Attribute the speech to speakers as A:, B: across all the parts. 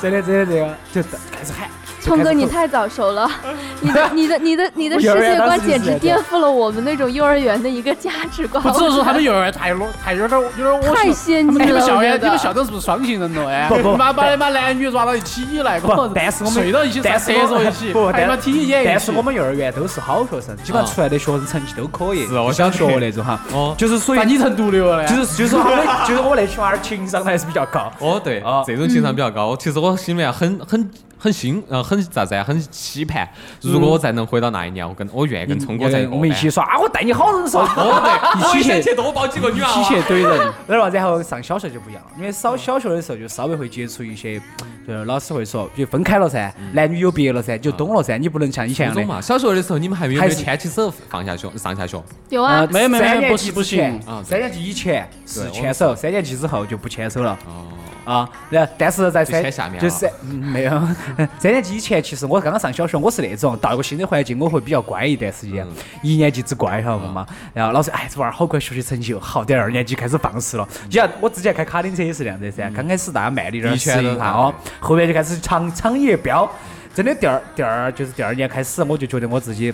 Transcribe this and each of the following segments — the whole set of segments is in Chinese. A: 真的真的这个就开始喊。
B: 聪哥，你太早熟了， 你的、你的、你的、 你的世
A: 幼儿园
B: 界
A: 当
B: 观
A: 时
B: 简
A: 是
B: 直
A: 在这
B: 颠覆了我们那种幼儿园的一个价值 观。
C: 我只能说他们幼儿园太啰，太有点有点龌
B: 太
C: 龊。
B: 先
C: 你
B: 进
C: 们
B: 了，
C: 校
B: 我觉
C: 园，你
B: 得。
C: 们校长是不是双性人了？哎，
A: 不不
C: 妈把把男女抓到一起来，
A: 不，但是我们
C: 睡到一起，上
A: 但是
C: 厕
A: 我
C: 所一起，
A: 啊
C: 哎
A: 不，
C: 还他妈
A: 但
C: 听一眼一起。
A: 但是我们幼儿园都是好学生，基本上出来的学生成绩都可以，
D: 是哦啊我
A: 想
D: 想
A: 学那种哈，
D: 哦
A: 就是属于
C: 把你成毒瘤了呀。
A: 就是就是我们就是我们那群娃儿情商还是比较高。
D: 哦，对
A: 啊，
D: 这种情商比较高。其实我心里面很很很心，呃，很咋子啊，很期盼，如果我再能回到那一年，我跟我愿意跟聪哥在一个
A: 我们一起
D: 班。
A: 耍，啊我带你好人耍。
D: 哦，对，
A: 一起
D: 我
A: 去
D: 先去多抱几个女娃啊
A: 一起
D: 娃。
A: 去怼人。然后，然后上小学就不一样了，因为小小学的时候就稍微会接触一些，就是老师会说，就分开了噻，男女有别了噻，你就懂了噻，你不能像以前
D: 初
A: 那样
D: 中
A: 的。
D: 嘛，小学的时候你们还有没
A: 还
D: 有
A: 是
D: 牵起手放下学上下学？
B: 有
A: 呃
B: 啊，
C: 没有没有
A: 三年
C: 不
A: 级
C: 不
A: 之前
D: 行啊对
A: 三年级以前是
D: 对
A: 牵手，三年级之后就不牵手了。
D: 哦，
A: 啊，然后但是在
D: 就
A: 三
D: 牵下面
A: 就
D: 了
A: 是嗯没有 三年级以前，其实我刚刚上小学，我是那种到一个新的环境，我会比较乖一段时间
D: 嗯，
A: 一年级只乖，晓得不嘛？然后老师，哎，这娃儿好乖，学习成绩又好，点二年级开始放肆了。
D: 嗯
A: 就像我之前开卡丁车也是这样子噻，刚开始大家卖力点儿
D: 一
A: 适
D: 圈
A: 应
D: 都
A: 下哦，后面就开始长长夜飙。真的第二第二就是第二年开始，我就觉得我自己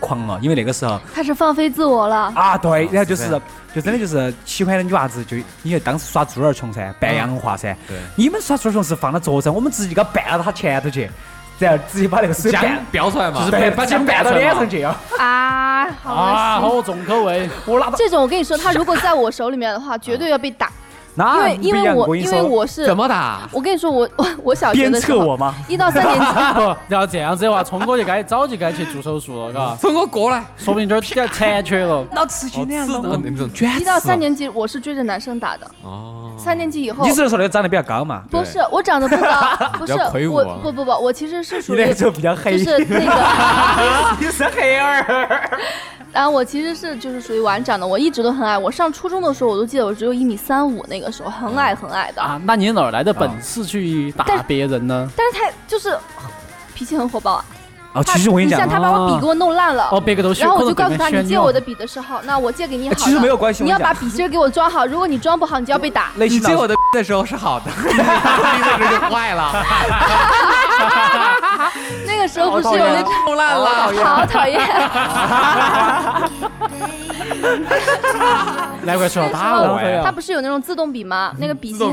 A: 狂了，因为那个时候
B: 他是放飞自我了。
A: 啊，对，然后就是是就真的就是喜欢的女娃子，就因为当时耍猪儿虫噻，扮洋话噻。
D: 对
A: 你们耍猪儿虫是放到桌上，我们直接给它拌到它前头 去，然后直接把那个水
D: 姜
A: 拌，
D: 飙出来嘛，
A: 对，把姜拌到脸上去。
B: 啊，
C: 啊，
B: 好恶心！
C: 好重口味。
A: 我拿到
B: 这种我跟你说，他如果在我手里面的话，绝对要被打，因
A: 那
B: 为因
A: 不一
B: 为
A: 样
B: 我
A: 跟啊你
B: 因
A: 说
B: 为我是
D: 怎么打？
B: 我跟你说，我我我小学
A: 鞭
B: 的时
A: 策我
B: 候，
A: 吗？
B: 一到三 年级，
C: 不，然后这样子的话，聪哥就该早就该去做手术了，
B: 嗯
C: 嘎，
D: 聪哥过来，
C: 说不定这儿点残缺 了。
A: 老吃
D: 哦，
B: 啊
D: 吃的那种
B: 一
D: 卷
B: 到
D: 死
B: 三
D: 了
B: 年级我是追着男生打的。
A: 嗯
D: 哦，
B: 三年级以后
A: 啊你，只能说那个长得比较高嘛，
B: 不是我长得不高， 不是
D: 比较魁梧
B: 我
D: 啊
B: 不不不，我其实是属
A: 你
B: 于
A: 那
B: 就
A: 时候比较黑，
B: 是 那个，
A: 你是黑儿。
B: 啊，我其实是就是属于晚长的，我一直都很矮。我上初中的时候，我都记得我只有一米三五，那个时候很矮很矮的。
A: 嗯
C: 啊，那你哪儿来的本事去打
B: 但
C: 别人呢？
B: 但是他就是脾气很火爆啊，
A: 哦，
B: 他
A: 其实我跟你
B: 你
A: 讲
B: 像，他把我笔给我弄烂了
C: 哦，，别个都
B: 啊然后我就告诉他，
C: 他，
B: 你借我的笔的时候，那我借给你好了，
A: 哎其实没有关系
B: 你
A: 我
B: 要
A: 跟你
B: 把
A: 讲
B: 笔芯儿给我装好，如果你装不好，你就要被打。
A: 内
D: 你
A: 心
D: 接
A: 老
D: 我的 的时候是好的，你在这就坏了，
A: 嗯
B: 那个时候不是有那种
D: 弄烂
A: 啊
D: 了。
B: 好讨厌，
C: 难怪说要打我
A: 哎呀
B: 啊他
C: 呀。
B: 不是有那种自动笔吗？那个笔芯，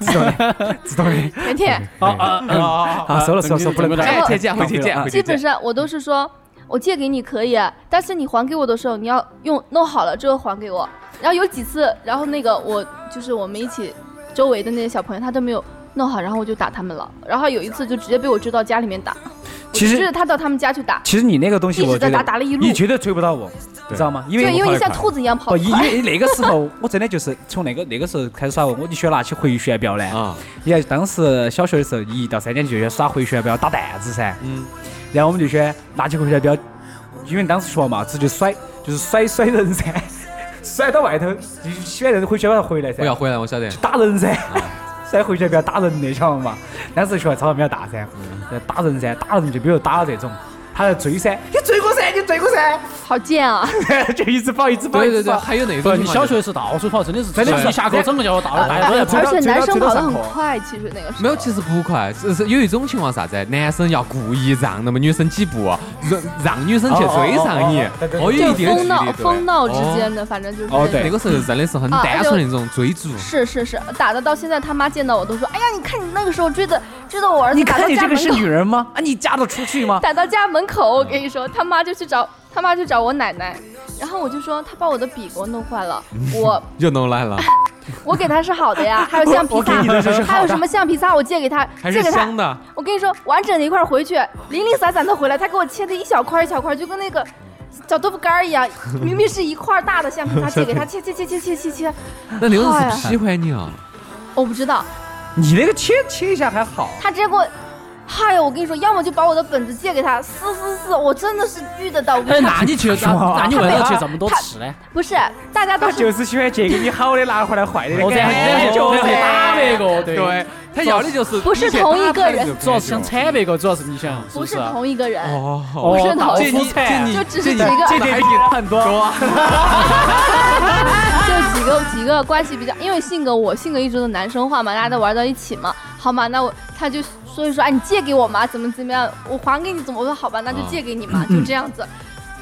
A: 自动的， 自动的。
B: 甜甜，
C: 好啊啊
A: 啊，收了收了收了，不能
C: 然
B: 后
D: 哎，姐姐回去见，回去
B: 基本
D: 见。
B: 上我都是说，我借给你可以，但是你还给我的时候，你要用弄好了之后还给我。然后有几次，然后那个我就是我们一起周围的那些小朋友，他都没有弄好，然后我就打他们了。然后有一次就直接被我追到家里面打，我
A: 其
B: 就
A: 实
B: 追着他到他们家去打，
A: 其实你那个东西，
B: 一
A: 我
B: 直
A: 觉
B: 在打，
A: 得
B: 打了一路
A: 你，绝对追不到我，你知道吗？因
B: 就
A: 为
B: 因
A: 我
B: 为
A: 跑
B: 你
A: 得
B: 像
A: 快
B: 兔子一样跑
A: 不，
B: 得
A: 因
B: 快。
A: 因为那个时候我真的就是从那个那个时候开始耍啊我，我一学拿起回旋镖来。
D: 啊，
A: 你看当时小学的时候，一到三年级就喜欢耍回旋镖打弹子噻，
D: 嗯，
A: 然后我们就喜欢拿起回旋镖，因为当时学嘛，直接甩，就是甩甩人噻， 甩到外头，就喜欢人回旋镖回来噻
D: 我，要回来，我晓得。
A: 打人噻， 甩回旋镖打人的，晓得嘛？当时学校操场比较大噻，
D: 嗯
A: 打人噻，打人就比如打这种，他在追噻， 你追我噻，你追我
B: 好贱啊！
A: 噻，就一直跑，一直跑，
D: 对
A: 一
D: 对
A: 直
D: 对，
A: 跑。
D: 还有那
C: 不，
D: 种
C: 你
D: 情
C: 小
D: 况就是
C: 学是到处跑，真的是
A: 真的是
C: 一下课整个叫大家
A: 哎
C: 大家都在跑
B: 哎
C: 哎
B: 而且男生
A: 追到
B: 跑得
A: 上
B: 很
A: 课
B: 快，其实那个时候
D: 没有，其实不快，只是有一种情况啥子，男生要故意让那么女生几步，让让女生去追上你
A: 哦哦哦哦对，对
D: 哦，有
B: 就
D: 一定的
B: 疯闹
D: 距离，对
B: 疯闹之间的，反正就是
A: 哦对
D: 那个时候真的是很单纯的那种追逐，
B: 是是是，打的到现在他妈见到我都说，哎呀，你看你那个时候追的追的我儿子
A: 你
B: 打到
A: 看你
B: 家
A: 这个
B: 门
A: 是
B: 口，
A: 女人吗？啊，你嫁得出去吗？
B: 打到家门口，我跟你说，他妈就去找他妈去找我奶奶，然后我就说他把我的笔给我弄坏了，我
D: 又弄烂了，
B: 我给他是好的呀，还有橡皮
A: 我给你的这是好的
B: 擦，还有什么橡皮擦我借给他，
D: 还
B: 借
D: 是
B: 给他
D: 香，的，
B: 我跟你说完整的一块儿回去，零零散散的回来，他给我切的一小块儿一小块儿，就跟那个小豆腐干儿一样，明明是一块儿大的橡皮擦借给他，切切切切切切切，
D: 那刘总是喜欢你啊，
B: 我不知道。
A: 你那个切切一下还好，
B: 他直接给我，嗨呀！我跟你说，要么就把我的本子借给他，撕撕撕！我真的是遇得到，我跟
C: 哎，
B: 你
C: 那
B: 说
C: 你去，那那你为啥去这么多次呢？
B: 不是大家都
A: 他
B: 是
A: 就是喜欢借给你好的，拿回来坏的。哎
C: 我在
A: 感觉
C: 在打
A: 噻。
C: 别个，对
D: 对，他要的就是
B: 不是同一个人，
C: 主要是想铲别个，主要是你想，
B: 不是
C: 是啊？
B: 同一个人，
D: 哦，
B: 不是
C: 哦，
B: 同
C: 这
B: 一
D: 借你
C: 你
D: 借你
B: 就只是
D: 借
B: 几
D: 你
B: 个，
A: 这 点比很多，
B: 就几个几个关系比较，因为性格我性格一直都男生化嘛，大家都玩到一起嘛。好嘛，那我他就所以说，哎，你借给我嘛，怎么怎么样，我还给你怎么？我说好吧，那就借给你嘛，就这样子。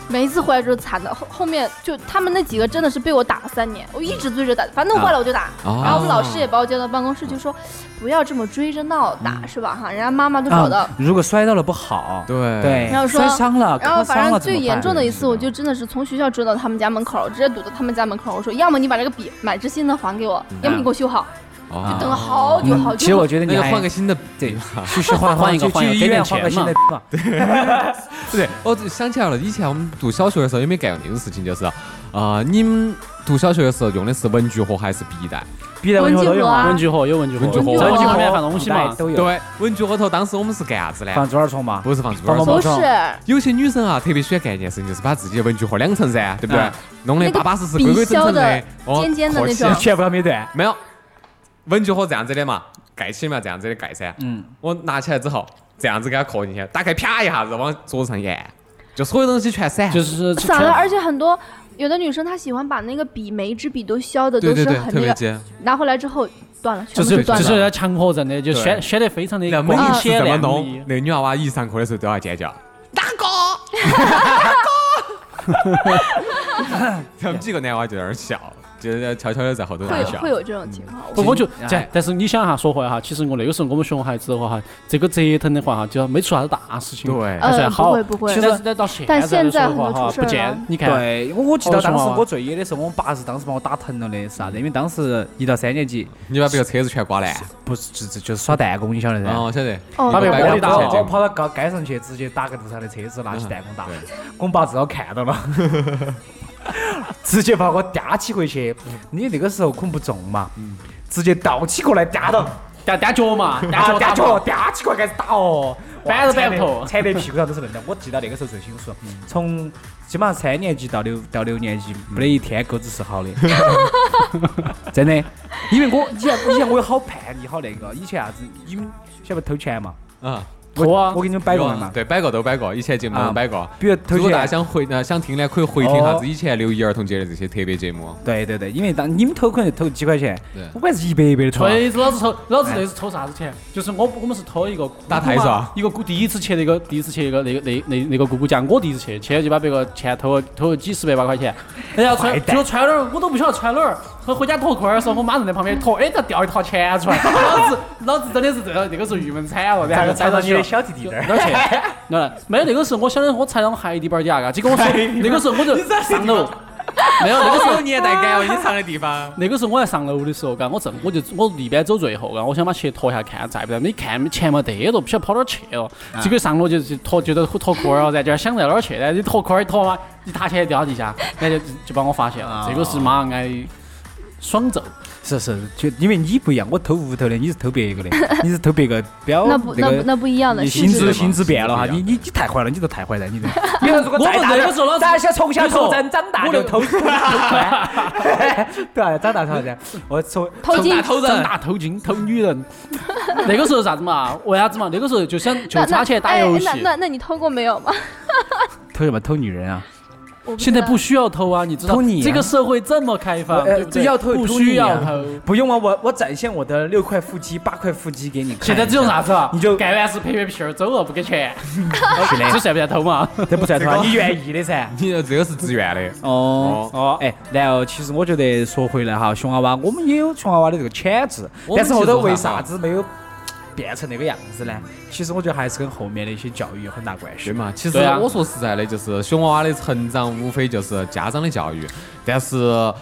B: 每一次回来之后惨的，后后面就他们那几个真的是被我打了三年，我一直追着打，反正弄坏了我就打。
D: 哦
B: 然后我们老师也把我叫到办公室，就说不要这么追着闹打，是吧？哈，人家妈妈都找到。
A: 啊，如果摔到了不好，
D: 对
A: 对
B: 然后，说
A: 摔伤了，
B: 然后
A: 磕
B: 反
A: 伤
B: 正
A: 了
B: 最严重
A: 的
B: 的一次，我就真的是从学校追到他们家门口，直接堵到他们家门口。我说，要么你把这个笔买支新的还给我，要么你给我修好。
D: 哦，
B: 等了好久好
A: 嗯其实
B: 久
A: 我，觉得
D: 那
A: 你
D: 就
A: 还
D: 换个新的
A: 对，去去换
C: 换一个
A: 就
C: 换一个
A: 去医
C: 给点
A: 院换个新
C: 钱
A: 的嘛。
D: 对，我就想起来了，以前我们读小学的时候有没有干过那种事情？就是，啊，你们读小学的时候用的是文具盒还是笔袋？
A: 必带文具盒都有
B: 文
A: 啊，
C: 文具盒有文具盒，
D: 文具盒
C: 在文具
B: 盒
C: 盒里面放东西
A: 袋
C: 嘛。
A: 都有，
D: 对，文具盒头当时我们是干啥子呢？
A: 放猪儿虫嘛。
D: 不是放猪
A: 放
D: 耳
A: 毛
D: 朵
A: 毛
B: 不是
A: 虫
D: 有些女生啊，特别喜欢干一件事情，就是把自己的文具盒两层噻，对不对
A: 嗯？
D: 弄
B: 那
D: 得
B: 个
D: 巴巴适适、规规整整
B: 笔削的
D: 哦，
B: 尖尖的那种
A: 你全部要没断。
D: 没有，文具盒这样子的嘛，盖起嘛，这样子的盖噻。
A: 嗯，
D: 我拿起来之后，这样子给它扣进去，打开啪一下子往桌子上一按，就所有东西全散。
C: 就是
B: 散了，而且很多有的女生她喜欢把那个笔，每一支笔都削的
D: 对
B: 都
D: 对
B: 是
D: 对，
B: 很
D: 特
B: 那
D: 别
B: 个，
D: 尖。
B: 拿回来之后断了，
C: 就
B: 全部
C: 是
B: 断
C: 就
B: 了。
C: 是要强迫症的，就
D: 对
C: 显显得非常的
D: 那每
C: 光
D: 一次
C: 鲜
D: 这么
C: 亮
D: 弄
C: 丽，。
D: 那女娃娃一上课的时候都要尖叫。 哪个？哪个？他们几个男娃就在那儿笑，就是悄悄的在后头在
B: 会
D: 那儿
B: 有
D: 笑
B: 会。有这种情况。
C: 不，我就
A: 哎
C: 这，但是你想哈，说回来哈，其实我那个时候我们熊孩子的话哈，这个折腾的话哈，就没出啥子大事情，
D: 对
C: 还算
B: 呃
C: 好。
B: 不会不会
C: 其实但到现
B: 但
C: 在来
B: 现在
C: 说的话
B: 很多
C: 哈，
B: 出事
C: 不
B: 儿
C: 见
B: 了
C: 你看，
A: 对，我我记得
C: 好
A: 当时
C: 爽啊
A: 我最野的时候，我爸是当时把我打疼了的，是啥子？因为当时一到三年级，
D: 你把别个车子全刮烂。
A: 不是就就就是耍弹弓，你晓得噻？
D: 哦，我晓得。
B: 哦
A: 把别个玻璃打
D: 我
A: 我跑到高街上去，直接打个路上的车子，拿起弹弓打。我们爸正好看到了， 直接把我嗲起回去。你那个时候可能不重嘛，直接倒起过来嗲到，
C: 单单脚嘛，单
A: 啊
C: 脚
A: 嗲
C: 单
A: 脚
C: 脚，
A: 嗲起过来开始打哦，
C: 板都板不透
A: 踩在屁股上都是嫩的。我记到那个时候最清楚，从基本上三年级到六到六年级，没得一天狗子是好的，真的。因为我以前以前我有好叛逆，好那个，以前啥子，你们晓得不偷钱嘛？
D: 嗯。
A: 我
C: 偷啊
A: 我给你们摆过了嘛？
D: 对，摆过都摆过，以前节目上摆过。
A: 比如偷
D: 如果大家
A: 钱，
D: 想回呃想听呢，可以回听啥子以前六一儿童节的这些特别节目。
A: 对对对，因为当你们偷可能就偷几块钱
D: 对，
A: 我管是一百一百的偷啊。
C: 锤子老子偷，老子那是偷啥子钱？就是我我们是偷一个
D: 打太
C: 子
D: 子啊
C: 一个姑第一次去那个第一次去那个那个那那那个姑姑家，我第一次去，去了就把别个钱偷了偷了几十百把块钱，然后
A: 坏
C: 揣
A: 蛋
C: 就揣哪儿我都不晓得揣哪儿，回回家脱裤儿的时候，我妈正在旁边脱，哎，咋掉一坨钱出来？老子老子真的是这那个时候郁闷惨了，
A: 咋
C: 然后就
A: 咋
C: 踩
A: 到
C: 到
A: 你
C: 起
A: 的
C: 了。
A: 小弟弟那儿？
C: 哪儿去？哪儿来？没有那个时候，我晓得我踩到我海底板儿底下嘎，结果我说那个时候我就上楼，没有那个时候
D: 有年代 感哦，你藏的地方。
C: 那个时候我在上楼的时候，嘎，我正我就我一边走最后，嘎，我想把鞋脱下看在不在，没看没钱没得了，不晓得跑哪儿去了。
A: 啊
C: 结果上楼就就脱就得脱裤儿了，然后就想在哪儿去呢？你脱裤儿一脱嘛，一塌起来掉地下，然后就就把我发现
A: 哦
C: 了。这个是马上挨爽揍，
A: 是是，就因为你不一样，我偷屋头的，你是偷别个的，你是偷别个标
B: 那不那不
A: 个。
B: 那不一样的
A: 你
B: 性
A: 心智
D: 性质嘛
B: 质。
A: 心智变了哈，
D: 性
A: 你
D: 质不
A: 你你太坏了，你都太坏了，你这。你看如果
C: 我
A: 再
C: 们
A: 大
C: 那
A: 点
C: 个时候老
A: 儿，
C: 师
A: 咱想从小
C: 你说
A: 偷咱长大
C: 我
A: 就
C: 那
A: 偷，对啊，长大偷咱。我从
B: 偷金，
D: 偷
C: 长大偷金偷女人。那个时候啥子嘛？为啥子嘛？那个时候就想就
B: 那
C: 差钱
B: 那
C: 打
B: 哎
C: 游戏
B: 那。那那你偷过没有吗？
A: 偷什么偷女人啊？
B: 我知
C: 现在
B: 道
C: 不需要偷啊，你知道
A: 偷你啊
C: 这个社会这么开放，
A: 呃
C: 对不
A: 这
C: 对？
A: 要偷
C: 不
A: 偷
C: 需
A: 你
C: 要
A: 啊
C: 偷。
A: 不用啊，我我展现我的六块腹肌、八块腹肌给你看一下。
C: 现在只有啥子啊？
A: 你就
C: 干完事拍拍屁儿走了，不给 钱，
A: 是的
C: 这算不算偷嘛？
A: 这不算
D: 这
A: 偷，
D: 个
A: 你愿意的噻。
D: 你这个是自愿的，
A: 哦
D: 哦
A: 哦，哎，然后其实我觉得说回来哈，熊娃娃，我们也有熊娃娃的这个潜质，
D: 我
A: 但
D: 们
A: 是后头
D: 其实
A: 为
D: 还好
A: 啥子没有变成那个样子呢？其实我觉得还是跟后面的一些教育有很大关系
D: 对。嘛？其实
C: 对啊
D: 我说实在的，就是熊娃娃的成长无非就是家长的教育，但是。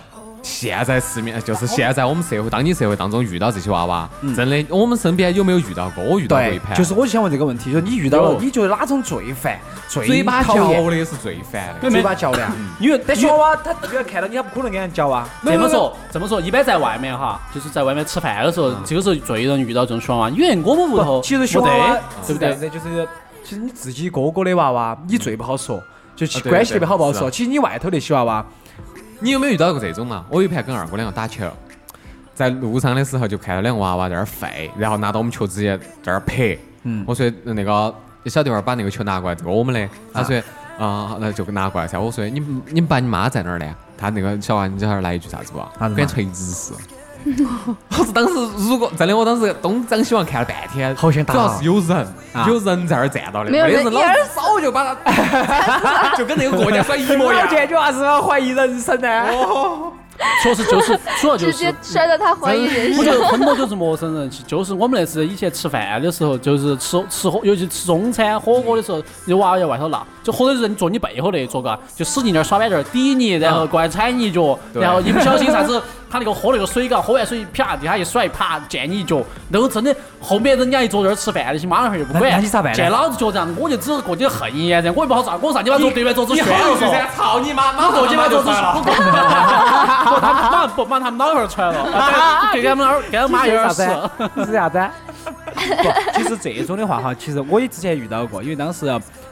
D: 现在市面就是现在我们社会当今社会当中遇到这些娃娃，真的，我们身边有没有遇到过？我遇到过
A: 嗯
D: 一
A: 对，
D: 盘，
A: 就是我就想问这个问题，就是你遇到了
C: 有，
A: 你觉得哪种最烦、最
D: 嘴巴
A: 讨
D: 嚼嗯
A: 厌？
D: 的是最烦的。
A: 嘴巴嚼的啊，
C: 因为
A: 但熊娃娃他不要看到你，他不可能给人嚼啊。
C: 这么说，这么说，一般在外面哈，就是在外面吃饭的时候，这个时候最容易遇到这种熊娃娃，因为我们屋头
A: 不，其实熊
C: 没
A: 娃娃
C: 得，对不对？
A: 对？就是其实你自己哥哥的娃娃，你最不好说，就
D: 啊对
A: 关系特别好不好
D: 是
A: 说。
D: 啊
A: 其实你外头那些娃娃，
D: 你有没有遇到过这种嘛？我有一盘跟二哥两个打球，在路上的时候就看到两个娃娃在那儿吠，然后拿到我们球直接在那儿拍。
A: 嗯
D: 我说那个小弟娃儿把那个球拿过来，这个我们的。他说啊，那、就拿过来噻。我说你们你们爸你妈在哪儿呢？他那个小娃，你知道他来一句啥子不？
A: 啥子嘛
D: 管锤子是。 我是当时如果真的，我当时东张西望看了半天，
C: 好想打
D: 主要是有人，
A: 啊
D: 有人在那儿站到的，
B: 没有人
D: 人，老
B: 一
D: 子
B: 人
D: 早就把他， 就跟那个过年摔一 模一样。
A: 这句话是要怀疑人生呢、
C: 确实就是，主要就
B: 直
C: 是
B: 接。摔到他怀疑人
C: 我
B: 生。
C: 觉 得很多就是陌生人去，就是我们那次以前吃饭的时候，就是吃吃火，尤其吃中餐火锅的时候，你娃娃在外头闹，就或者是人坐你背后那一桌嘎，就使劲点耍板凳儿抵你，然后过来踩你一脚，
D: 对
C: 然后一不小心啥子，他那个喝那个水嘎，喝完水啪地下一甩，啪溅你一脚，然后真的后面人家一坐这儿吃饭那些妈老汉儿就不
A: 那
C: 管，
A: 那你咋办呢
C: 见老子脚这样，我就只是过去横一眼噻，我又不好咋，我上你把桌对面桌子
D: 你
C: 旋
D: 好
C: 了
D: 意思
C: 嗦
D: 噻，操你
A: 啊
D: 妈！
C: 我
D: 马
C: 过
D: 上
C: 去
D: 就
C: 把
D: 把
C: 桌
D: 桌
C: 子
D: 子
C: 不过， 不他妈不把他们老汉儿踹了， 啊给他们老给他妈有点
A: 子
C: 事。？
A: 你是啥子？不，其实这种的话哈，其实我也之前遇到过，因为当时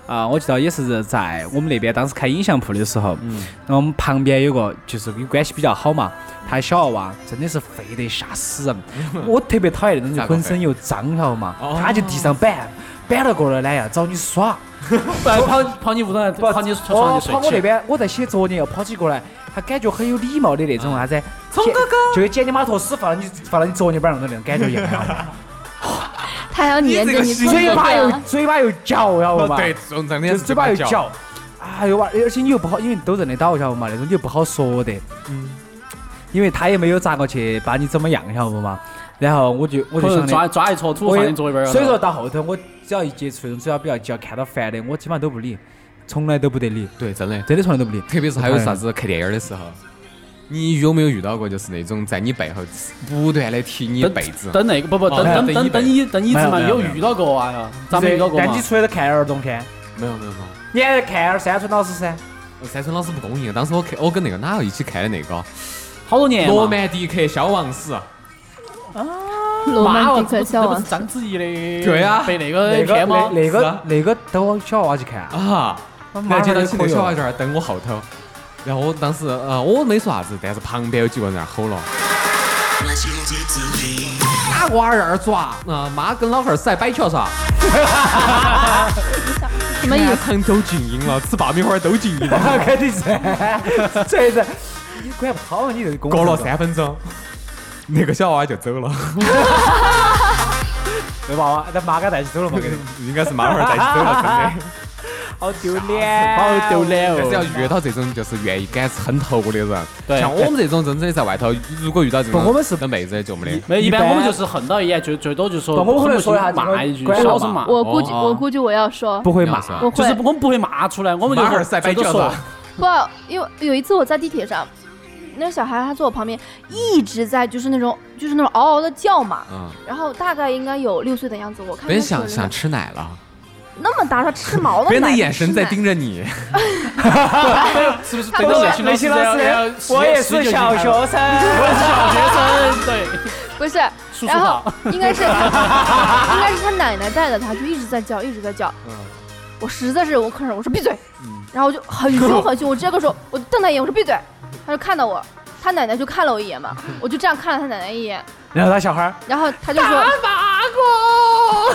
A: 啊、我记得也是在我们那边当时开影像铺的时候，嗯，我们旁边有个就是跟关系比较好嘛，他小娃娃真的是肥得吓死人，我特别讨厌那种就浑身有脏了嘛
D: 哦，
A: 他就地上板板了过来呢，要找你耍。
C: 不跑跑你屋头，
A: 不
C: 跑你
A: 哦
C: 床上去
A: 跑我
C: 睡
A: 那
C: 去。
A: 边，我在写作业，跑起过来，他感觉很有礼貌的那种啥子，聪哥哥，就跟捡你妈坨屎放到你放到你作业板上头那种感觉一 样，啊
B: 他还要黏着你，
D: 你这个心
B: 不能
A: 嘴
B: 这
A: 巴又
C: 啊
B: 样
A: 嘴巴又嚼，晓得
D: 哦
A: 嘛？
D: 对，，这种真的
A: 就是嘴巴又
D: 叫，
A: 嚼，哎呦哇！而且你又不好，因为都认得到，晓得嘛？那种你又不好说的，
D: 嗯
A: 因为他也没有咋个去把你怎么样，晓得不嘛？然后我就我
C: 可
A: 就
C: 能
A: 想的，
C: 抓抓一撮土
A: 我
C: 放
A: 也
C: 你桌一边儿了
A: 所以说，到后头我只要一接触那种嘴巴比较嚼，看到烦的，我基本上都不理，从来都不得理，
D: 对，真的。
A: 真的从来都不理。
D: 特别是还有啥子看电影儿的时候，你有没有遇到过就是那种在你背后不断的踢你
C: 等
D: 被子？
C: 等那个不不等
D: 哦
C: 等
D: 等
C: 等
D: 一
C: 等
D: 辈
C: 一等一
A: 没
C: 次
A: 有
C: 嘛，
A: 没有
C: 有遇到过啊呀，咱们遇到过
A: 但
C: 嘛
A: 你。出来都看儿童片，
D: 没有没有没有。
A: 你还看儿三村老师噻？
D: 山哦村老师不公映，当时我看我跟那个哪个一起看的那个《
C: 好多年
D: 罗
C: 嘛，
D: 曼蒂克消亡史》。啊
B: 罗
C: 妈
B: 曼
C: 我
B: 蒂克消
C: 那
B: 亡
C: 不是。章子怡的
D: 对啊
C: 被那个
A: 那个
C: 骗
A: 那
C: 呃吗？
A: 那
D: 是
A: 个
D: 啊
A: 那个都小娃娃去看，
D: 啊，然
A: 马
D: 后接到
A: 上
D: 起
A: 就可
D: 那个
A: 以
D: 小娃
A: 了
D: 在那儿等我后头，然后我当时呃我没说啥子，但是旁边有几个人在那儿吼了，打娃儿二爪，啊妈跟老汉儿是在摆桥噻，
B: 什么意思？
D: 堂都静音了，吃爆米花都静音了，
A: 肯定是，这是你管不好你这个工
D: 过
A: 作
D: 了三分钟，那个小娃就走了，
A: 那娃娃，那妈给带起走了嘛， 给你
D: 应该是妈老汉儿带起走了，真的。
A: 好丢脸，
C: 好丢。脸
D: 但是要
C: 哦！
D: 遇到这种就是愿意敢撑头的人，
C: 对
D: 像我们这种真正在外头，如果遇到这种，
A: 不我们是
D: 跟妹子就没得。
C: 没，一
A: 一
C: 般
A: 般
C: 我们就是横到一眼，最最多就说，
A: 不我们可能说一下
C: 恨不得骂一句，
A: 关
C: 小
A: 了
C: 声
A: 吧
C: 骂。
B: 我估计，
D: 哦哦
B: 我估计我要说，
A: 不会
D: 你
A: 骂
D: 要，说
B: 我
C: 就是
B: 会
C: 我们不会骂出来，我们就
D: 马
C: 会
D: 尔赛
C: 最
D: 白
C: 多
D: 叫
C: 说
D: 啥？
B: 不，因为有一次我在地铁上，那小孩他坐我旁边，一直在就是那种就是那种嗷嗷的叫嘛，
D: 嗯，
B: 然后大概应该有六岁的样子，我看
D: 别
B: 他
D: 人
B: 可
D: 想
B: 能
D: 想吃奶了，
B: 那么大，他吃毛了，
D: 别人的
B: 奶
D: 眼神在盯着你，
C: 是不是？
B: 他
C: 对
B: 不
C: 到
B: 是
C: 内心老师这样，我
A: 生，
C: 也是小学生，对，
B: 不是，
C: 叔叔
B: 然后
C: 好，
B: 应 该是应该是他奶奶带着他，就一直在叫，一直在叫。
C: 嗯
B: 我实在是我控制，我说闭嘴，然后我就很凶很凶，我直接跟我说，我就瞪他一眼，我说闭嘴，他就看到我，他奶奶就看了我一眼嘛，我就这样看了他奶奶一眼，
A: 然后他小孩儿
B: 然后他就说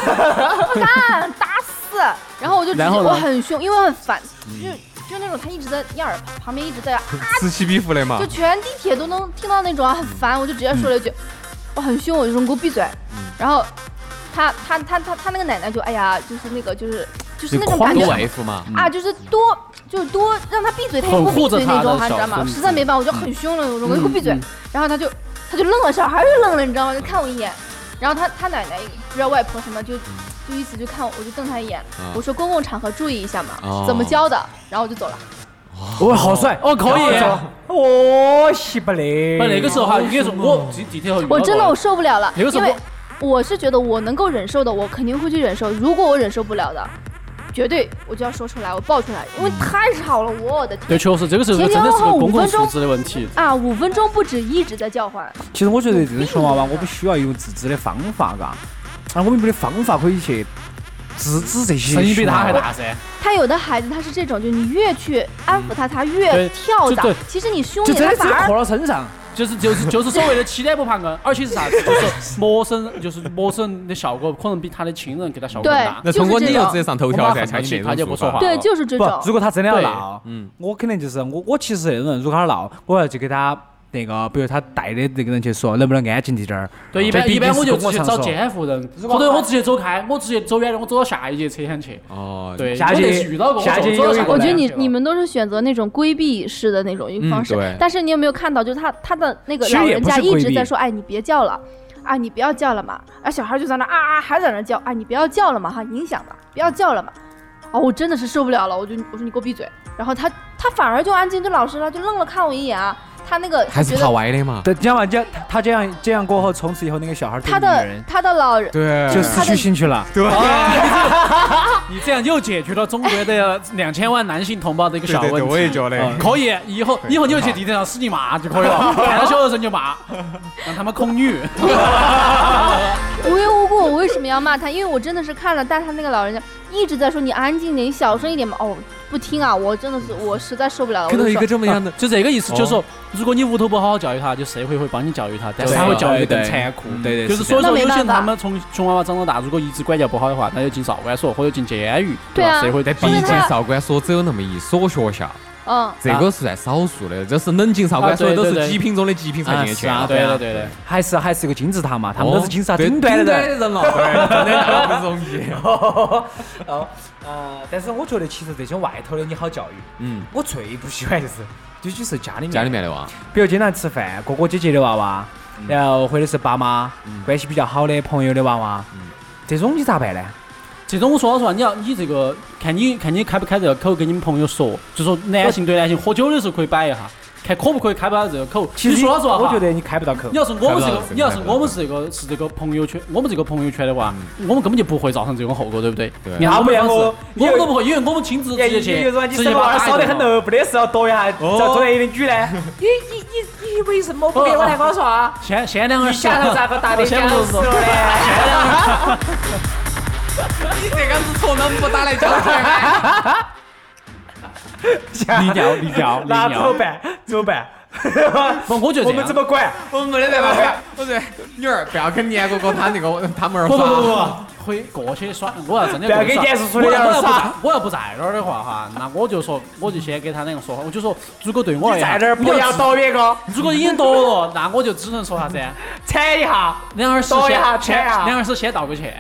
B: 干打死，然后我就直接
C: 然后呢嗯
B: 我很凶，因为我很烦，就就那种他一直在燕儿旁边一直在，
D: 此起彼伏的
C: 啊
D: 嘛
B: 就。全地铁都能听到那种啊，很
C: 嗯
B: 烦，我就直接说了一句，我很凶，我就说你给我闭嘴，然后他他他他他那个奶奶就哎呀，就是那个就是就是那种感
D: 多
B: 觉
D: 维护嘛，
B: 啊，就是多就是多让他闭嘴，他也
C: 嗯很
B: 不
C: 护
B: 闭
C: 着
B: 嘴
C: 他
B: 那种
C: 的
B: 哈，你知
C: 小
B: 道吗？
C: 孙子嗯
B: 实在没办法，我就很凶了，我说我给我闭嘴，然后他就他就愣了，小孩儿就愣了，你知道吗？就看我一眼，然后他他奶奶不知道外婆什么就。
C: 嗯
B: 就一起就看我，我就瞪他一眼，
D: 啊
B: 我说公共场合注意一下嘛，
D: 哦
B: 怎么教的？然后我就走了。
A: 哇，好帅，
C: 哦可以
A: 然后说哦，西不得。
C: 不，那个时候哈，应该说我地地铁后遇到过
B: 我真的我受不了了，
C: 有的时
B: 因
C: 候
B: 为我是觉得我能够忍受的，我肯定会去忍受。如果我忍受不了的，绝对我就要说出来，我爆出来，因为太吵了，我的
C: 对，
B: 天！
C: 确实这个时候真的是个公共素质的问题。
B: 啊，五分钟不止，一直在叫唤。
A: 其实我觉得这种熊娃娃，我们需要用自制的方法，嘎，啊，我们没得方法可以去制止这些。
C: 声音比他还大。噻，
B: 他有的孩子他是这种，就你越去安抚他，他越
C: 对
B: 跳
C: 就
B: 蚤
C: 对。
B: 其实你凶
A: 就
B: 一
A: 真
B: 点，
A: 的
B: 他
A: 只
B: 反而
A: 扣到身上，
C: 就是就是就是所谓的七点不怕硬，而且是啥子？就是陌生人，就是陌生人的效果可能比他的亲人给他效果更大。
D: 那通过你
B: 就是这
D: 又
B: 种
D: 直接上头条噻，
C: 我妈
D: 像
C: 很
D: 你
C: 他
D: 那
C: 就
D: 种
C: 不
D: 做
C: 说话
D: 法。
B: 对，就是这
A: 不
B: 种，
A: 如果他真的要
C: 对
A: 闹，
D: 嗯
A: 我肯定就是我，我其实是那种人，如果他闹，我要去给他那个，比如他带的那个人去说，能不能安静一点儿？
C: 对，一
A: 这
C: 般
A: 毕
C: 一般
A: 竟
C: 我
A: 是
C: 就
A: 公
C: 直
A: 共场
C: 接找
A: 所
C: 监护人，或者我直接走开，我直接走远了，我走到下一节车厢去。
D: 哦，
C: 对，
A: 下一
C: 我那
A: 节
C: 次遇到过，
A: 下一节
C: 走走
A: 有一
C: 下
A: 个
B: 我觉得你
C: 去了
B: 你们都是选择那种规避式的那种
A: 嗯
B: 方式，
D: 对
B: 但是你有没有看到，就是他他的那个
A: 其实
B: 老
A: 也
B: 人
A: 不
B: 家
A: 是
B: 一
A: 规
B: 直在
A: 避
B: 说，哎，你别叫了，啊，你不要叫了嘛，啊，小孩就在那啊啊还在那叫，啊，你不要叫了嘛，哈，影响了，不要叫了嘛，哦，我真的是受不了了，我就我说你给我闭嘴，然后他他反而就安静，就老实了，就愣了看我一眼啊，他那个
D: 还是
B: 觉
D: 怕
B: 得
D: 歪的嘛。
A: 对，这样吧，这他这样这样过后，从此以后那个小孩对
B: 他的
A: 女人
B: 他的老人。
D: 对
A: 就失
B: 他的
A: 去兴趣了。
D: 对，
C: 你啊这样 又解决了中国的两千万男性同胞的一个小
D: 对对，
C: 问
D: 我
C: 题。
D: 也觉得。
C: 可以，以后以后你就去地铁上使劲骂就可以了， 看到小学生就骂，让他们恐女。
B: 无缘无故，我为什么要骂他？因为我真的是看了，但他那个老人家一直在说你安静点，你小声一点嘛。哦，不听啊，我真的是我实在受不了了。
D: 看
B: 我
D: 到
B: 就
D: 一
B: 说
D: 个这么样的，
C: 就这个意思，就是说，如果你屋头不好好教育他，就社会会帮你教育他，但是
A: 对
C: 他会
A: 对
C: 教育得
A: 对
C: 更残酷。
A: 对对
C: 就是
A: 是这
C: 所
A: 样
C: 以说，
B: 那没
C: 有些人
B: 办法
C: 他们从从娃娃长到大，如果一直管教不好的话，那就进少管所或者进监狱，
B: 对
C: 吧？
B: 啊
C: 社会得
D: 但
B: 因
C: 逼
D: 毕
B: 为
D: 竟
B: 他
D: 少管所只有那么一所学校，
B: 嗯，
D: 这个是在少数的，这是冷静少管所
C: 啊对
D: 都
C: 对
D: 是
C: 对
D: 极品中的极品才进得去
C: 啊，
D: 的。
C: 对
A: 对
C: 的
A: 啊
C: 对的。
A: 还是还是一个金字塔嘛，他们
D: 哦
A: 都是金字塔
D: 对
A: 顶端的
D: 顶
A: 人。
D: 的人了，对，真的那不容易。
A: 哦，呃，但是我觉得其实这些外头的你好教育，
D: 嗯，
A: 我最不喜欢就是，尤其是家里面，
D: 家里，面的娃，
A: 比如经常吃饭，哥哥姐姐的娃娃，然后或者是爸妈
D: 嗯
A: 关系比较好的朋友的娃娃
D: 嗯，
A: 这种你咋办呢？
C: 这种我说老实话，你要你这个看你看你开不开这个口跟你们朋友说，就说男性对男性喝酒的时候可以摆一下，看可不可以开不了这个口。
A: 其
C: 你
A: 实
C: 说老实话哈，
A: 我觉得你开不到口
C: 你。要是我们这
D: 开
C: 个
D: 不了，
C: 你要是
D: 开不了
C: 我们是这个是这个朋友圈，我们这个朋友圈的话，我们根本就不会造成这种后果，对不对？
D: 嗯对
C: 你看我们
A: 要
C: 方
A: 不
C: 式，
A: 然
C: 我
A: 我
C: 们都不会，因为我们亲自直接去，直接把他
A: 烧得很
C: 弄。
A: 漏，不得事要躲一下，
D: 哦
A: 找专业的女呢？你你你你为什么不给我来跟我说啊？
C: 先先两个
A: 你想到咋个 大的
C: 先
A: 僵
C: 不
A: 尸
C: 说
A: 了嘞？
D: 你这个是从能不打来教出
C: 离掉离掉
A: 那
C: 离
A: 怎么
C: 掉。
A: 办？怎么办？
C: 不，我觉得
A: 我
C: 这
A: 们怎
C: 样。
A: 么管？
D: 我们没得办法，我说女儿不要跟年哥哥他那个他们儿
C: 不不不
D: 耍。
C: 不，回过去耍，我要真的
A: 不要
C: 过去
A: 跟
C: 耍
A: 严叔叔
C: 我
A: 的
C: 要
A: 样儿
C: 我要不
A: 耍
C: 在，我要不在那儿的话哈，那我就说，我就先给他两个说话，我就说，如果对我而
A: 你在
C: 言，
A: 这儿
C: 你
A: 不要
C: 知
A: 躲别个，
C: 如果已经躲了，那我就只能说啥子？
A: 踩一下。
C: 两耳屎
A: 抖一
C: 先
A: 下圈一下
C: 两耳屎先道个歉，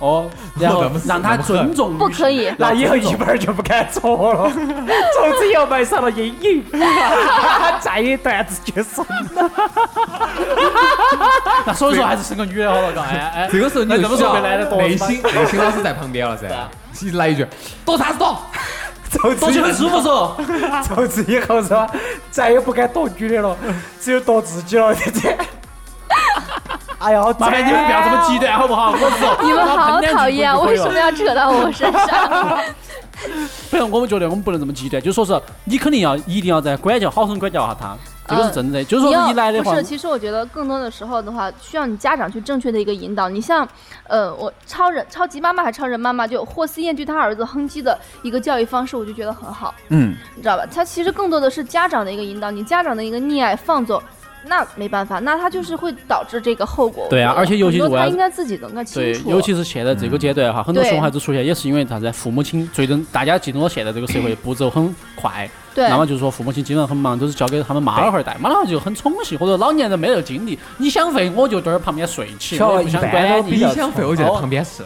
C: 哦，然 后让他尊重女性。
B: 不可 以
A: 那以后一本儿就不敢错 了，从此以后埋上了阴影， 再也断子绝孙。
C: 那所以说还是生个女的好了，嘎，哎哎。
D: 这个时候你
C: 那
D: 就
C: 这么
D: 需
C: 说
D: 要
C: 会来得多
D: 内
C: 是吧
D: 心内心老师在旁边了噻，一来一句躲啥子躲，
A: 从
C: 躲
A: 此以
C: 起
A: 后
C: 很， 舒服嗦，
A: 从此以后是吧，再也不敢躲女的了，只有躲自己了。这 这，哎呀，好
C: 麻烦你们不要这么极端好不好？我是说，
B: 你们
C: 我
B: 好
C: 喷两句
B: 讨厌，啊
C: 就可
B: 为
C: 以
B: 什
C: 了
B: 么要扯到我身上？
C: 反正我们觉得我们不能这么极端，就说是你肯定要一定要在管教好生管教下他，这个是真的。就是
B: 你
C: 说
B: 呃要
C: 一来的话
B: 不 是，，其实我觉得更多的时候的话，需要你家长去正确的一个引导。你像，呃，我超人超级妈妈还超人妈妈，就霍思燕对她儿子哼唧的一个教育方式，我就觉得很好，
A: 嗯，
B: 你知道吧？他其实更多的是家长的一个引导，你家长的一个溺爱放纵。那没办法，那他就是会导致这个后果。
C: 对啊
B: 我觉得
C: 而且尤其是
B: 很多
C: 我要
B: 他应该自己能够清
C: 对
B: 楚，。
C: 尤其是现在这个阶段哈，很多
B: 对
C: 熊孩子出现也是因为啥子？父母亲最终大家进入了现在这个社会步骤很快，
B: 对，
C: 那么就是说父母亲基本上很忙，都是交给他们妈老汉儿带，妈老汉儿就很宠幸，或者老年人没得精力，你想废我就在这儿旁边睡起，
A: 小
C: 我
A: 孩
C: 也不想
A: 一般
C: 管
A: 都
C: 你哦
A: 比，较
D: 你想废我就在旁边睡，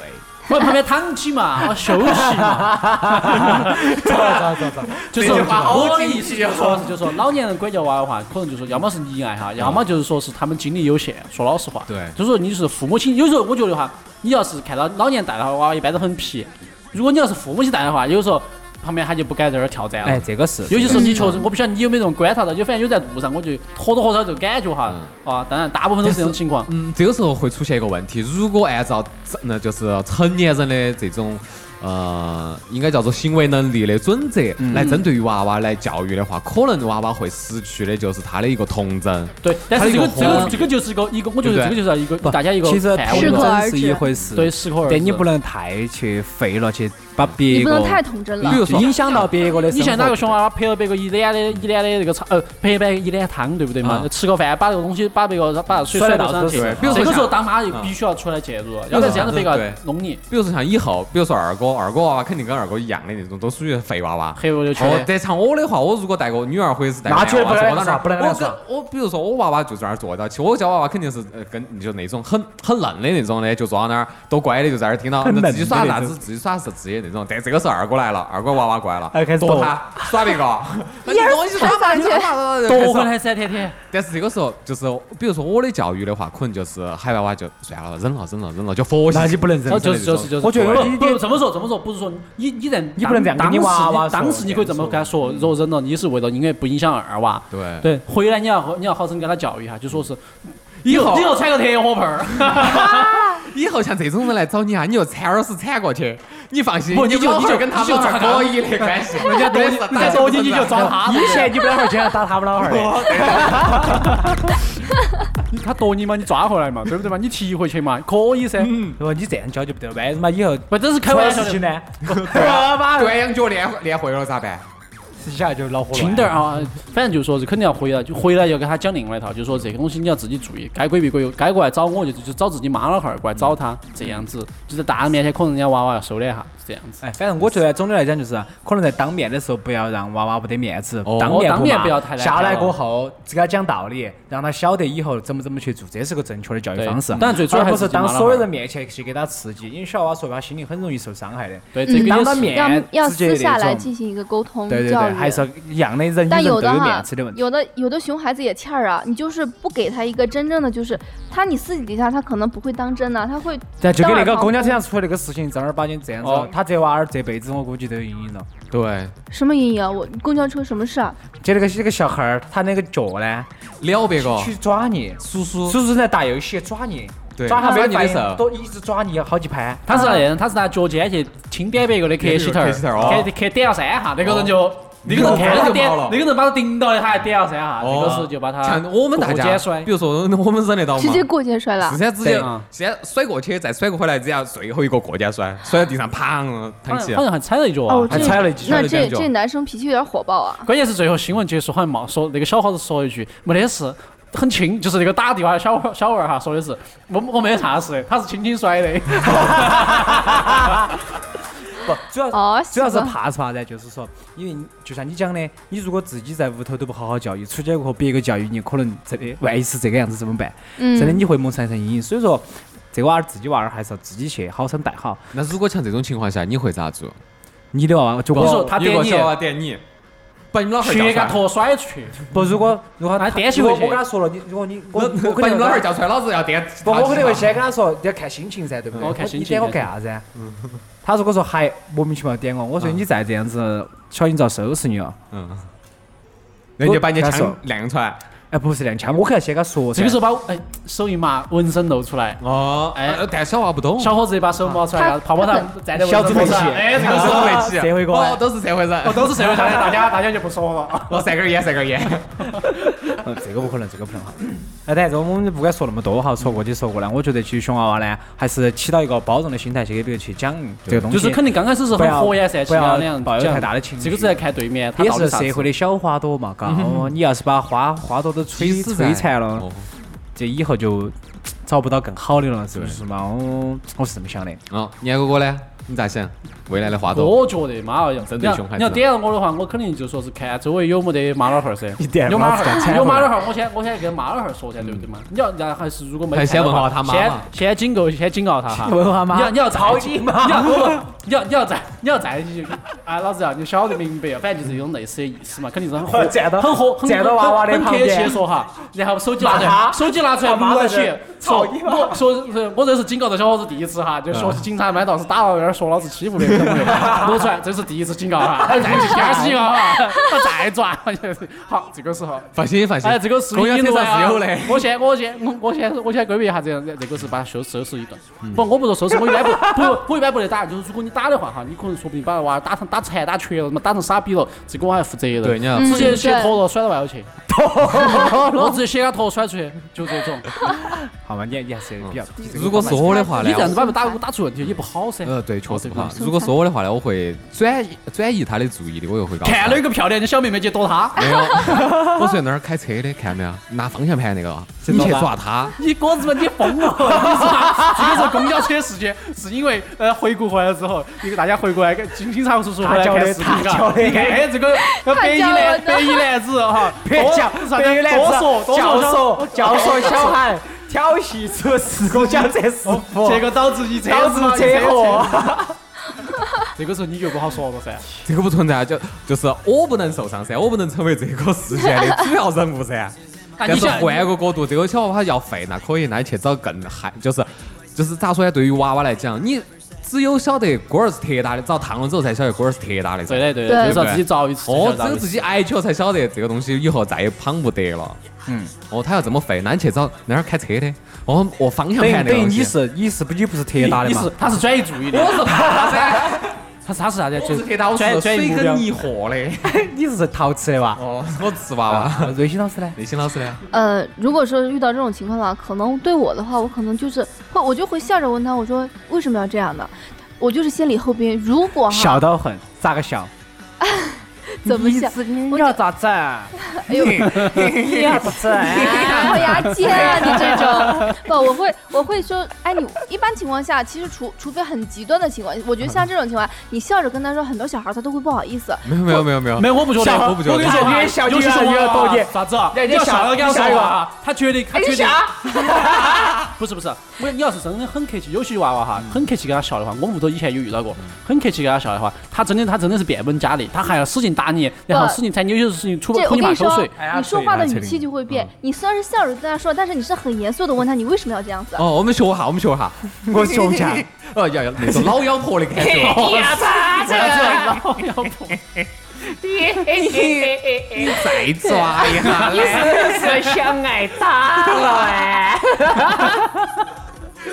C: 我在旁边躺起嘛，我休息嘛，
A: 走走走走，
C: 就是
D: 这句话好
C: 我的
D: 精
C: 意思
D: 辟
C: 就
D: 啊
C: 是说，就是说老年人管教娃的话，可能就说要么是溺爱哈，要么就是说是他们精力有限。说老实话，
D: 对
C: 就是说你是父母亲，有时候我觉得哈，你要是看到老年人带的话，娃娃一般都很皮。如果你要是父母亲带的话，有时候旁边他就不敢在那儿跳站了。
A: 哎，这个是，
C: 有些时候你确实，我不晓得你有没有这种观察到，就反正有在路上，我就或多或少就感觉哈，啊，当然大部分都是这种情况。
D: 嗯，这个时候会出现一个问题，如果按照那就是成年人的这种。呃，应该叫做行为能力的准则来针对于娃娃来教育的话，可能娃娃会失去的就是他的一个童真。
C: 对，但是这个
D: 它
C: 这
D: 有
C: 个
D: 红
C: 这个就是一个一个，我觉得这
D: 对
C: 个
D: 不对
C: 就是一个大家一个
A: 其实
C: 范围
B: 适
A: 童
B: 可而
A: 真
B: 止
A: 是一回事，
C: 对，适可而止。
A: 但你不能太去废了，去把
B: 你
A: 别
B: 不
A: 个
B: 能太童真了
D: 比。如
A: 就
D: 说
A: 影响到别个的生活。
C: 你像哪个熊娃娃拍了别个一脸的一脸的那个汤，呃，拍别个一脸汤，对不对嘛？
D: 嗯
C: 吃个饭，把这个东西，把别个把水
A: 啊摔
C: 甩
A: 得到
C: 到上
A: 处
C: 去
A: 都是。
D: 比如
C: 这
A: 啊
D: 说
C: 个时候
D: 像
C: 当妈的必须要出来介入，要不然这样子别个弄你。
D: 比如说像以后，比如说二哥二哥娃娃肯定跟二哥一样的那种，都属于废娃娃。
C: 黑不溜秋
D: 哦，
C: 的。
D: 但像我的话，我如果带个女儿或者是带个
A: 那
D: 男
A: 绝对
D: 娃娃
A: 不
D: 坐
A: 能
D: 我那
A: 耍
D: 儿，
A: 不能
D: 我
A: 耍
D: 跟我比如说我娃娃就在那儿坐到，其实我家娃娃肯定是呃跟就那种很很嫩的那种的，就坐到那儿多乖的，就在那儿听到
A: 很嫩的
D: 自己耍啥
A: 那
D: 子自己耍是自己的那种。但这个时候二哥来了，二哥娃娃过来了
A: 哎开始，
D: 躲
A: 斗
D: 他耍别个，
B: 一人甩上去，
C: 夺回来噻，天天。
D: 但是这个时候，就是比如说我的教育的话，可能就是海娃娃就算了，忍了，忍了，忍了，就佛系。
A: 那就不能忍
C: 哦，就是就是就是，
A: 我觉得
C: 不
A: 有点
C: 不不这么说这么说，不是说你你在
A: 你不能这样跟
C: 当
A: 你
C: 时
A: 娃娃说嗯
C: 当时你可以这么跟他说，如果忍了，你是为了因为不影响二娃。
D: 对
C: 对，回来你要你要好生跟他教育一下，就说是
D: 以后
C: 以后穿个铁火盆儿，
D: 以后像这种人来找你啊，你就铲耳屎铲过去，你放心，
C: 不
D: 你
C: 你就
D: 老汉
C: 你就跟他
D: 你就
C: 们
D: 抓
C: 搞
D: 可以的关系，人 家
A: 哎
C: 你再多进去就抓他。
A: 以前你们老汉儿经常打他们老汉儿 的，
C: 你他夺你嘛，你抓回来嘛，对不对嘛？你踢回去嘛，可以噻。
D: 嗯
A: 如嗯果你这样教就不对了，万一嘛以后
C: 不，这是开
A: 出
C: 玩
A: 了
C: 笑
A: 事情
C: 的。
A: 呢， 他妈的，
D: 断羊角练练会了咋办？
A: 一下就恼火了。
C: 轻点儿啊，反正就说是肯定要回来，就回来要跟他讲另外一套，就说这个东西你要自己注意，该规避规避，该过来找我就就找自己妈老汉儿过来找他，
D: 嗯
C: 这样子就在大人面前可能人家娃娃要收敛一下，是这样子。
A: 哎，反正我觉得总的来讲就是，啊可能在当面的时候不要让娃娃不得面子，
D: 哦
A: 当面
C: 当
A: 不
C: 面
A: 骂
C: 不要太难
A: 下来
C: 看
A: 过后，只给他讲道理，让他晓得以后怎么怎么去做，这是个正确的教育
C: 对
A: 方式。
C: 当然最主要
A: 而
C: 还
A: 不
C: 是
A: 是
C: 自己妈
A: 当
C: 妈
A: 所有人面前去给他刺激，因为小娃娃说他心里很容易受伤害的。
D: 嗯
C: 对，这个
A: 当
C: 也
A: 着
C: 是。
A: 面
B: 嗯要要
A: 直接
B: 私下
A: 那种
B: 来进行一个沟通
A: 对对
B: 教
A: 对，
B: 育。
A: 还是一样的人与人
B: 但
A: 都
B: 有
A: 有
B: 的
A: 面
B: 哈
A: 子的问，题。
B: 有的有的熊孩子也欠儿啊，你就是不给他一个真正的，就是他你私底下他可能不会当真啊，他会
A: 但就跟那
B: 当
A: 个
B: 然
A: 公交车上出的那个事情正儿八经这样子
C: 哦，
A: 他这娃儿这辈子我估计都有阴影了。
D: 对，
B: 什么阴影啊？我公交车什么事啊？
A: 就那个那个小孩儿，他那个脚呢
D: 撩别个
A: 去抓你，
D: 叔叔，
A: 哦叔叔在打游戏抓你，
D: 对
A: 抓他
D: 抓
A: 没
D: 你的
A: 反应，
D: 手
A: 都一直抓你好几盘。
C: 他是那样，他是拿脚尖去轻点别个的客气头儿，
D: 客气头儿哦
C: 客客点了三下，那个人就。那个人看
D: 哦
C: 着
D: 就
C: 就点
D: 跑了，
C: 那个人把他顶到的，他还点了三下，那个时候就把他
D: 像我们大
C: 啊过
D: 家
C: 肩摔，
D: 比如说我们忍得到吗
B: 直？接过肩摔了
D: 直。接直接
C: 对啊
D: 先甩过去，再甩过回来，只要最后一个过肩摔，摔到地上，砰，
C: 好
D: 弹起
C: 像好。像还踩了一脚
B: 哦
C: 啊，。
A: 还
B: 这
A: 踹了一脚
B: 那
D: 就这
B: 这
D: 样就
B: 这男生脾气有点火爆啊！
C: 关键是最后新闻结束，好像冒说那个小伙子说一句没得事，很轻，就是那个打地方的小伙小娃儿哈说的是我我没得啥事，他是轻轻摔的。
A: 不，主要
B: 哦，
A: 主要是
B: 行吧
A: 怕是怕噻，就是说，因为你就像你讲的，你如果自己在屋头都不好好教育，出去和别个教育你，可能真的万一是这个样子怎么办？
B: 嗯，
A: 真的你会萌生一层阴影。所以说，这娃儿自己娃儿还是要自己去好生带好。
D: 那如果像这种情况下，你会咋做？
A: 你的娃娃就
C: 你说
A: 我
C: 他
D: 有
C: 点
D: 个
C: 你
D: 小娃点你，把你们老汉儿
C: 去给
D: 叫
C: 他
D: 出来。
C: 拖甩出去，
A: 不，如果如果他
C: 那颠起
A: 如果
C: 回去
A: 我跟他说了，你如果你我
D: 我
A: 我
D: 我
A: 肯
D: 把
A: 定
D: 你们老汉
A: 会
D: 儿叫出来，老子要点。
A: 不，我肯定会先跟他说，要看心情噻，对不对？
C: 哦看
A: 我
C: 心
A: 你
C: 情嗯
A: 点我
C: 看
A: 干啥子？啊他如果说还莫名其妙点我，我说你再这样子，小心遭收拾你哦。
D: 嗯，人家把你
A: 我跟他
D: 枪
A: 说
D: 亮出来。
A: 哎，不是亮枪，我肯定先跟他说噻。
C: 这个时候把哎手一麻，纹身露出来，
D: 哦，
C: 哎
D: 哎，但小娃不
A: 哦
D: 懂，
C: 小伙子一把手摸出来，
B: 他
C: 然后泡泡糖站在
A: 小
C: 纹身
A: 猪
C: 头上
A: 佩奇
C: 哎，这
D: 都
C: 个
D: 是
C: 时
D: 社
C: 候
D: 会起，
A: 社会哥
D: 哦，都是社会人
C: 我。都是社会上的，大家大家就不 说了。
D: 我三根烟，三根烟。
A: 嗯，这个不可能，这个不能哈。那但是我们不管说那么多哈，说过去说过来，我觉得其实熊娃娃呢，还是起到一个包容的心态去给别人去讲这个东西，
C: 就是肯定刚开始是
A: 不
C: 很
A: 要
C: 和颜善气
A: 不
C: 啊，
A: 要
C: 那样
A: 抱有
C: 讲
A: 太大的情绪。
C: 这个是在看对面，他
A: 也
C: 到底
A: 是
C: 啥
A: 社会
C: 子。嗯
A: 的小花朵嘛，嘎、哦，你要是把花花朵都吹摧残了
D: 哦，，
A: 这以后就找不到更好的了，是不
D: 对
A: 是嘛？哦，我是这么想的。
D: 哦，年哥哥呢？你咋想？未来的花朵？
C: 我觉得妈呀，
D: 针
C: 你
D: 对
C: 要
D: 熊孩子
C: 你要点到我的话，我肯定就说是啊看周围有没得妈老汉儿 噻
A: 你点，
C: 有妈老
A: 老子
C: 汉
A: 干
C: 儿，有妈老汉儿，我先我先跟妈老汉儿说噻，对不对嘛？你要然后还是如果没
D: 嗯还
C: 看
D: 先
C: 的
D: 问
C: 话
D: 下他妈
C: 先
D: 妈
C: 先警告先警告他 哈，
A: 问下妈
C: 你要你要
A: 操
C: 着急
A: 啊你妈
C: 你要不不，你要你要再你要再你就啊，老子要你晓得明白，哦反正就是一种类似的意思嘛，肯定是很 和
A: 站到
C: 很和很
A: 站到娃娃的
C: 很
A: 旁
C: 贴切
A: 边
C: 说哈，然后手机拿出
A: 骂他
C: 来，手机拿出来
A: 骂他
C: 撸
A: 在
C: 过
A: 这
C: 去
A: 儿，
C: 说
A: 操你妈
C: 我说是我这是警告这小伙子第一次哈，就说是警察满道是打到那儿说老子欺负的，对 不对？撸出来这是第一次警告哈，再第二次警 告哈，我再 抓，好，这个时候。
D: 放心放心，
C: 哎，这个是
D: 公交
C: 一
D: 车
C: 路
D: 上是有的。
C: 我先，我先，我我先，我先规避一下这样，这个是把它收收拾一顿。不，我不说收拾，我一般不不，我一般不得打。就是如果你打的话哈，你可能说不定把娃儿打成打残打瘸了，什么打成傻逼了，这个我还负责任。
D: 对你要
C: 直接
B: 嗯
C: 卸
B: 对
C: 脱了，甩到外头去。我直接写个头甩出去，就这种。
A: 好嘛，你你还哦是比较比这个
D: 如果是我的话呢
C: 你，这样子把
B: 我
C: 打打出问题也不好噻。
D: 呃，对，确实不好
C: 哦。
D: 如果是我的话呢，我会转移转移他的注意力，我又会告诉他
C: 看了有个漂亮的小妹妹去躲她，
D: 没有，我是那儿开车的，看到没有？啊拿方向盘那个，你去抓他。
C: 你哥子们你疯了！你说这个是公交车事件，是因为呃回国回来之后，一个大家回国来呃跟警警察叔叔回来看视频
A: 他教
C: 嘎，
A: 的
C: 你看哎这个呃
B: 他
C: 北一
B: 教我
C: 男
B: 的
C: 北一男子哈，
A: 别
C: 多
A: 讲，
C: 啥子
A: 别来
C: 多说多
A: 教
C: 说
A: 授教授小孩调戏出事故讲这师傅，
C: 结果导致一车
A: 导致
C: 子嘛
A: 车。祸。
C: 这个时候你就不好说了噻。
D: 这个不存在，啊就就是我不能受伤噻，我不能成为这个事件的主要人物噻。
C: 但
D: 但
C: 你
D: 是
C: 想，
D: 换个角度，这个小娃娃要废，那可以，那你去找更嗨，就是就是咋说呢？对于娃娃来讲，你只有晓得龟儿是铁打的，找烫了之后才晓得龟儿是铁打的。
C: 对的对
B: 对
C: 的，就是要自己遭一次。
D: 哦，
C: 才
D: 只
C: 晓
D: 有
C: 得
D: 自己挨脚才晓得这个东西以后再也胖不得了。
A: 嗯，
D: 哦，他要这么废，那你去找那儿开车的，哦，我方向
A: 等于
D: 盘那个
A: 等于
D: 东西
A: 你是你是不你不是铁打的
C: 你
A: 嘛
C: 是？他是转移注意力，
D: 我是怕噻，
C: 他是他是啥子？
D: 我
C: 就是
D: 铁打，我
C: 转
D: 是
C: 转移
D: 水
C: 目标
D: 跟。泥和的。
A: 你是陶瓷的哇？
D: 哦，我是娃娃。
A: 啊瑞鑫老师呢？
D: 内心老师呢？
B: 呃，如果说遇到这种情况的话，可能对我的话，我可能就是会，我就会笑着问他，我说为什么要这样呢？我就是先礼后兵。如果
A: 笑
B: 哈，
A: 到很，咋个笑？
B: 怎么笑？我就
A: 咋整？
B: 哎呦，哎
A: 你要咋整？
B: 咬牙尖啊！你这种不，我会我会说，哎，你一般情况下，其实除除非很极端的情况，我觉得像这种情况，你笑着跟他说，很多小孩他都会不好意思。
D: 没有没有没有没有
C: 没，有，我不觉
D: 啊小
C: 得，
D: 我不觉得
C: 我跟你说，
A: 越小
C: 尤其是
A: 越越多
C: 娃
A: 见
C: 娃，啥子啊？
A: 人
C: 你
A: 家
C: 要
A: 小
C: 上来跟他
A: 你下一
C: 说
A: 个
C: 话，他觉得他
B: 哎，你
C: 觉得
B: 啥？
C: 不是不是，我你要是真的很客气，有些娃娃哈，很客气跟他笑的话，我屋头以前有遇到过，很客气跟他笑的话，他真的他真的是变本加厉，他还要使劲打你，然后使劲踩你，有些事情吐不
B: 这
C: 吐
B: 我
C: 你
B: 跟
C: 把
B: 你
C: 口
B: 说
C: 水。，
A: 哎呀
B: 你说话的
D: 吹
B: 语
D: 呀
B: 气就会
A: 嗯
B: 变。你虽然是笑着跟他说，但是你是很严肃的问他，你为什么要这样子？
D: 哦，我们学下，我们学下。
A: 我胸腔。
D: 哦，要要那种老妖婆的感觉。 你再抓一 下嘞！
E: 是想挨打了哎！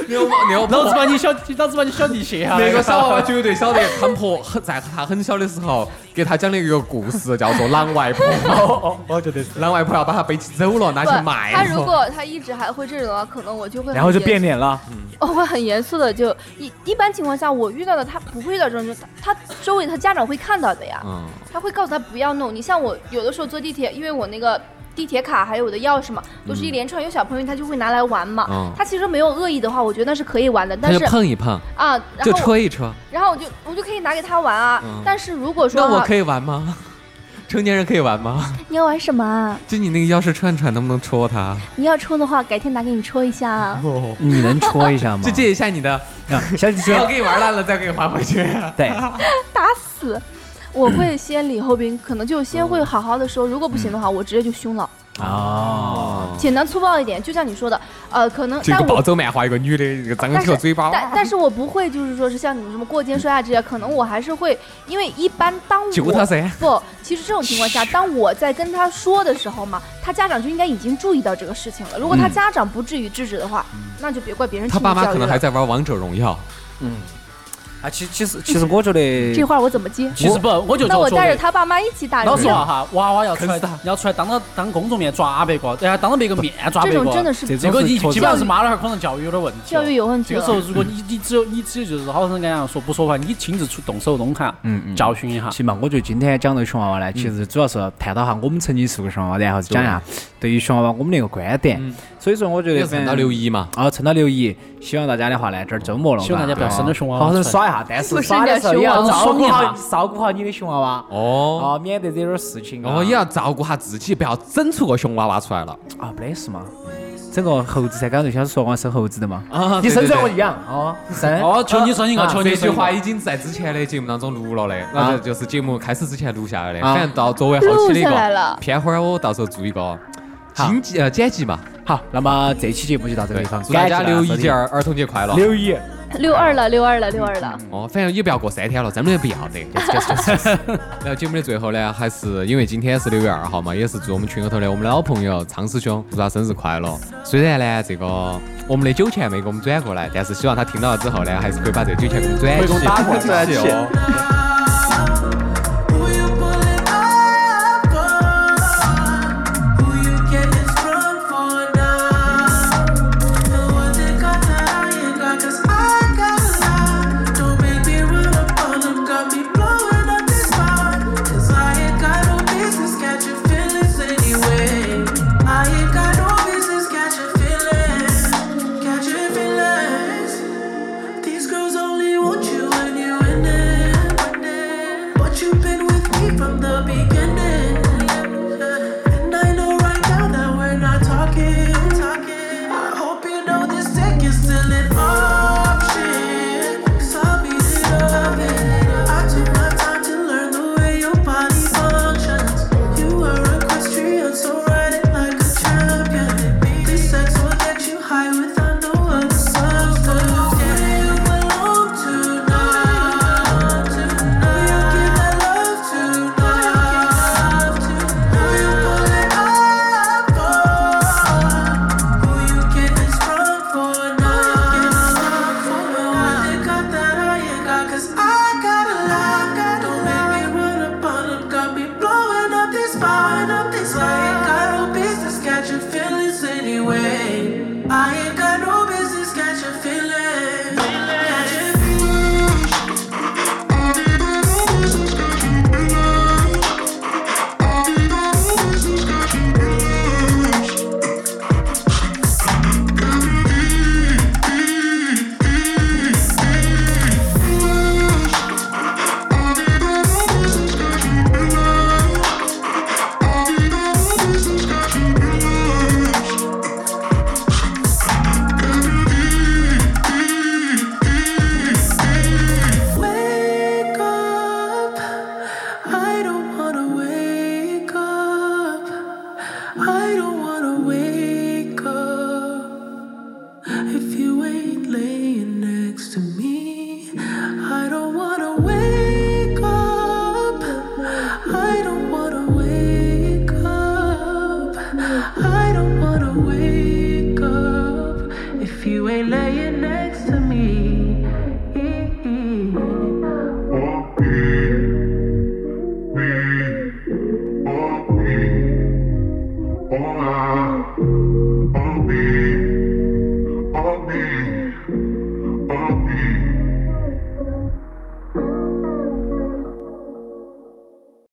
D: 你有你有
C: 老子把你小，老子把你啊小弟卸下来。
D: 那 个小娃娃绝对晓得，他婆很在他很小的时候给他讲了一个故事，叫做狼外 婆。
A: 哦，我觉得是。
D: 狼外婆要把他背起走了，拿
B: 不，
D: 去卖
B: 他如
D: 了。
B: 果他一直还会这种的话，可能我就会很
A: 然后就
B: 严
A: 变脸了，
B: 我会很严肃的就一一般情况下，我遇到的他不会遇到这种，就他他周围他家长会看到的呀，
D: 嗯，
B: 他会告诉他不要弄。你像我有的时候坐地铁，因为我那个地铁卡还有我的钥匙嘛，都是一连串，有小朋友他就会拿来玩嘛。
D: 嗯
B: 他其实没有恶意的话，我觉得那是可以玩的，但是
D: 碰一碰，
B: 啊，然后我
D: 一戳。
B: 然后我就我就可以拿给他玩啊。
D: 嗯
B: 但是如果说啊
D: 以玩吗？ 成年人可以玩吗？
B: 你要玩什么啊？
D: 就你那个钥匙串串，能不能戳他？
B: 你要抽的话，改天拿给你抽一下啊。
A: 你能戳一 下吗
D: 就借一下你的，
A: 小姐
D: 我
A: 姐，
D: 给你玩烂了再给你还回 去。
A: 对，
B: 打死！我会先礼后兵，可能就先会好好的说，如果不行的话，我直接就凶了。
A: 哦，
B: 简单粗暴一点，就像你说的，呃，可能
D: 就一
B: 但
D: 嗯个啊暴
B: 我
D: 走漫画，一个女的，一个张
B: 但
D: 起
B: 是
D: 了嘴巴。
B: 但但是我不会，就是说是像你什么过肩摔啊之类，可能我还是会，因为一般当我
D: 揪他噻
B: 不，其实这种情况下，当我在跟他说的时候嘛，他家长就应该已经注意到这个事情了。如果他家长不至于制止的话，那就别怪别人
D: 嗯他
B: 轻
D: 爸
B: 易
D: 妈
B: 教
D: 可
B: 育
D: 能还
B: 了。
D: 在玩王者荣耀。
A: 啊，其其实其实我觉得
B: 这话我怎么接？
C: 其实不，我就
B: 那我
C: 觉得
B: 带着他爸妈一起打
C: 老实
B: 这
D: 啊
C: 话哈，娃娃要出来
A: 坑死他，
C: 要出来当着当公众面抓别个，然啊后当着别个面抓
B: 这
C: 别个，
B: 种真的是
A: 这
C: 这个
A: 种
C: 已
A: 是
C: 经
A: 错
C: 基
A: 的
C: 本上是妈老汉儿可能教育有点问题了。哦
B: 教育有问题哦
C: 这个
B: 了
C: 时。候，如果你你只有你只有就是好生跟人家说不说话，你其实就是动手动砍，
A: 嗯嗯
C: 教训一下。
A: 行吧，我觉得今天讲这个熊娃娃呢，其实主要是探讨下我们曾经是个熊娃娃，然后讲一下对于熊娃娃我们的一个观点。所以说，我觉
D: 也
A: 得
D: 是
A: 反
D: 趁
A: 正
D: 到六一嘛，
A: 啊，趁到六一，希望大家的话呢，这儿周末了，
C: 希望大家不要生了熊娃娃
A: 好
C: 出来
A: 生耍一下，但是耍的时候也要照顾好，照顾好你的熊娃娃。
D: 哦
A: 哦，免得惹点事情啊！
D: 哦，也要照顾下自己，不要整出个熊娃娃出来了。
A: 啊，没得事嘛。整个猴子噻，刚才小师说我生猴子的嘛，
D: 啊
A: 你
D: 对
A: 生
D: 对
A: 出来
D: 对
A: 我就养，哦，你生，
C: 哦，求你生一个，
A: 啊
C: 求你
D: 这句
C: 生一个
D: 话。已经在之前的节目当中录了的，
A: 啊
D: 那就是节目开始之前录下来的。
A: 啊
D: 反正到作为后期的一
B: 录下来
D: 个
B: 了
D: 片花儿，我到时候做一个
A: 好
D: 经济呃剪辑嘛。
A: 好，那么这期节目就到这个
D: 对
A: 地方，，
D: 祝大家
A: 感谢
D: 六
A: 收
D: 一
A: 听
D: 节儿儿童节快乐。
A: 六一，
B: 六二了，六二了，六二了。
D: 哦，反正也不要过三天了，真的不要得。然后节目的最后呢，还是因为今天是六月二号嘛，也是祝我们群里头的我们老朋友昌师兄祝他生日快乐。虽然呢，这个我们的酒钱没给我们转过来， 但是希望他听到了之后呢，还是可以把这个酒钱给我们转
C: 回
D: 起
C: 笼打过来
D: 转起哦。
F: 啊